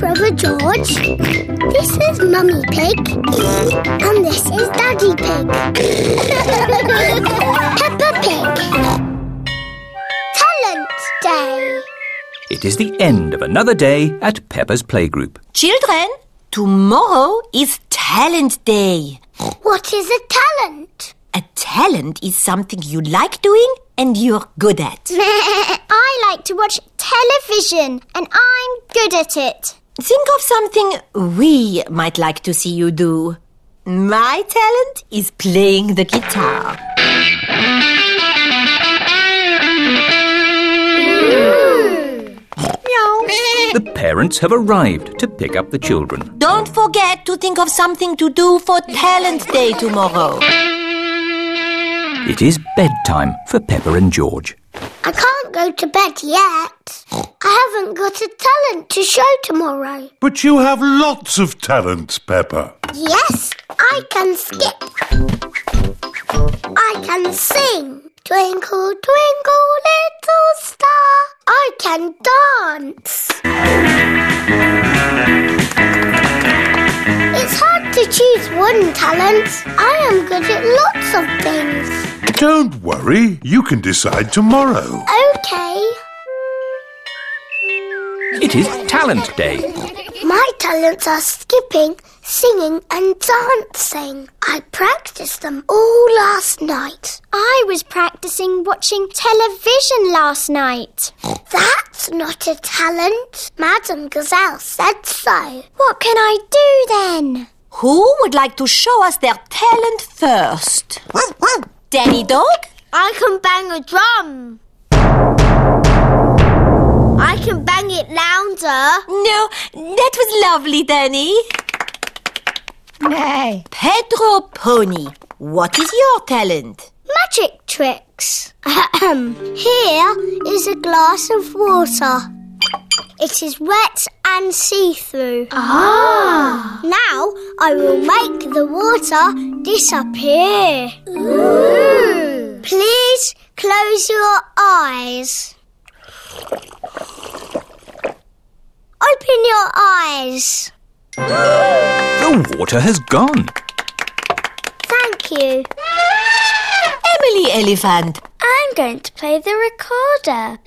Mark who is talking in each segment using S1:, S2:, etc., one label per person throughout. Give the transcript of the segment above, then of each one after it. S1: George. This is Mummy Pig. And this is Daddy Pig. Peppa Pig. Talent Day.
S2: It is the end of another day at Peppa's playgroup.
S3: Children, tomorrow is talent day.
S1: What is a talent?
S3: A talent is something you like doing and you're good at.
S1: I like to watch television and I'm good at it.
S3: Think of something we might like to see you do. My talent is playing the guitar. Meow.
S2: The parents have arrived to pick up the children.
S3: Don't forget to think of something to do for Talent Day tomorrow.
S2: It is bedtime for Peppa and George.
S1: I can't go to bed yet. I haven't got a talent to show tomorrow.
S4: But you have lots of talents, Pepper.
S1: Yes, I can skip. I can sing. Twinkle, twinkle, little star. I can dance. It's hard to choose one talent. I am good at lots of things.
S4: Don't worry, you can decide tomorrow.
S1: Okay,
S2: It is Talent Day.
S1: my talents are skipping, singing, and dancing. I practiced them all last night. I was practicing watching television last night. That's not a talent. Madam Gazelle said so. What can I do then?
S3: Who would like to show us their talent first? Danny Dog?
S5: I can bang a drum. I can bang it louder.
S3: No, that was lovely, Danny. Pedro Pony, what is your talent?
S1: Magic tricks. Here is a glass of water. It is wet and see through. Ah! Now I will make the water disappear. Please close your eyes. Open your eyes.
S2: The water has gone.
S1: Thank you.
S3: Emily Elephant.
S1: I'm going to play the recorder.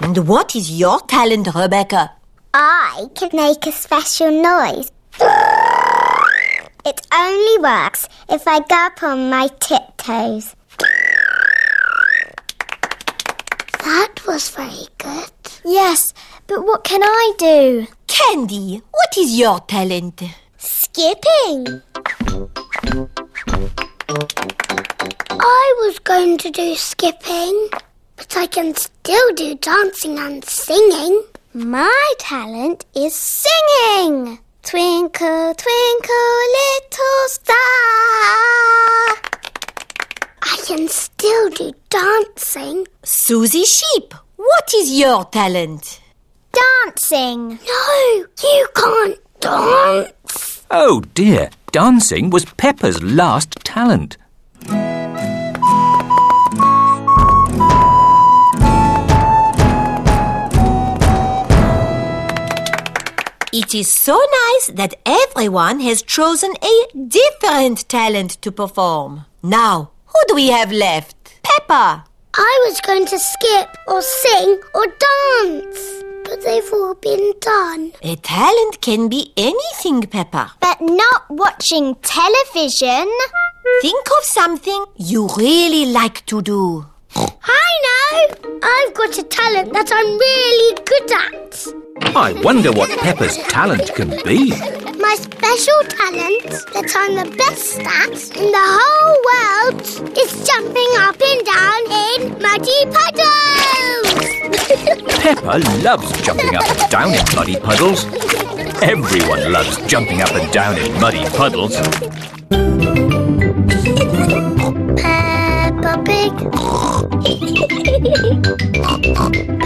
S3: And what is your talent, Rebecca?
S1: I can make a special noise. It only works if I go up on my tiptoes. That was very good. Yes, but what can I do?
S3: Candy, what is your talent?
S1: Skipping. I was going to do skipping, but I can still do dancing and singing. My talent is singing. Twinkle, twinkle, little star. I can still do dancing.
S3: Susie Sheep, what is your talent?
S1: Dancing. No, you can't dance.
S2: Oh dear, dancing was Peppa's last talent.
S3: It is so nice that everyone has chosen a different talent to perform. Now, who do we have left? Peppa.
S1: I was going to skip or sing or dance, but they've all been done.
S3: A talent can be anything, Peppa.
S1: But not watching television.
S3: Think of something you really like to do.
S1: I know! I've got a talent that I'm really good at.
S2: I wonder what Peppa's talent can be.
S1: My special talent that I'm the best at in the whole world is jumping up and down in muddy puddles!
S2: Peppa loves jumping up and down in muddy puddles. Everyone loves jumping up and down in muddy puddles.
S1: Peppa Pig.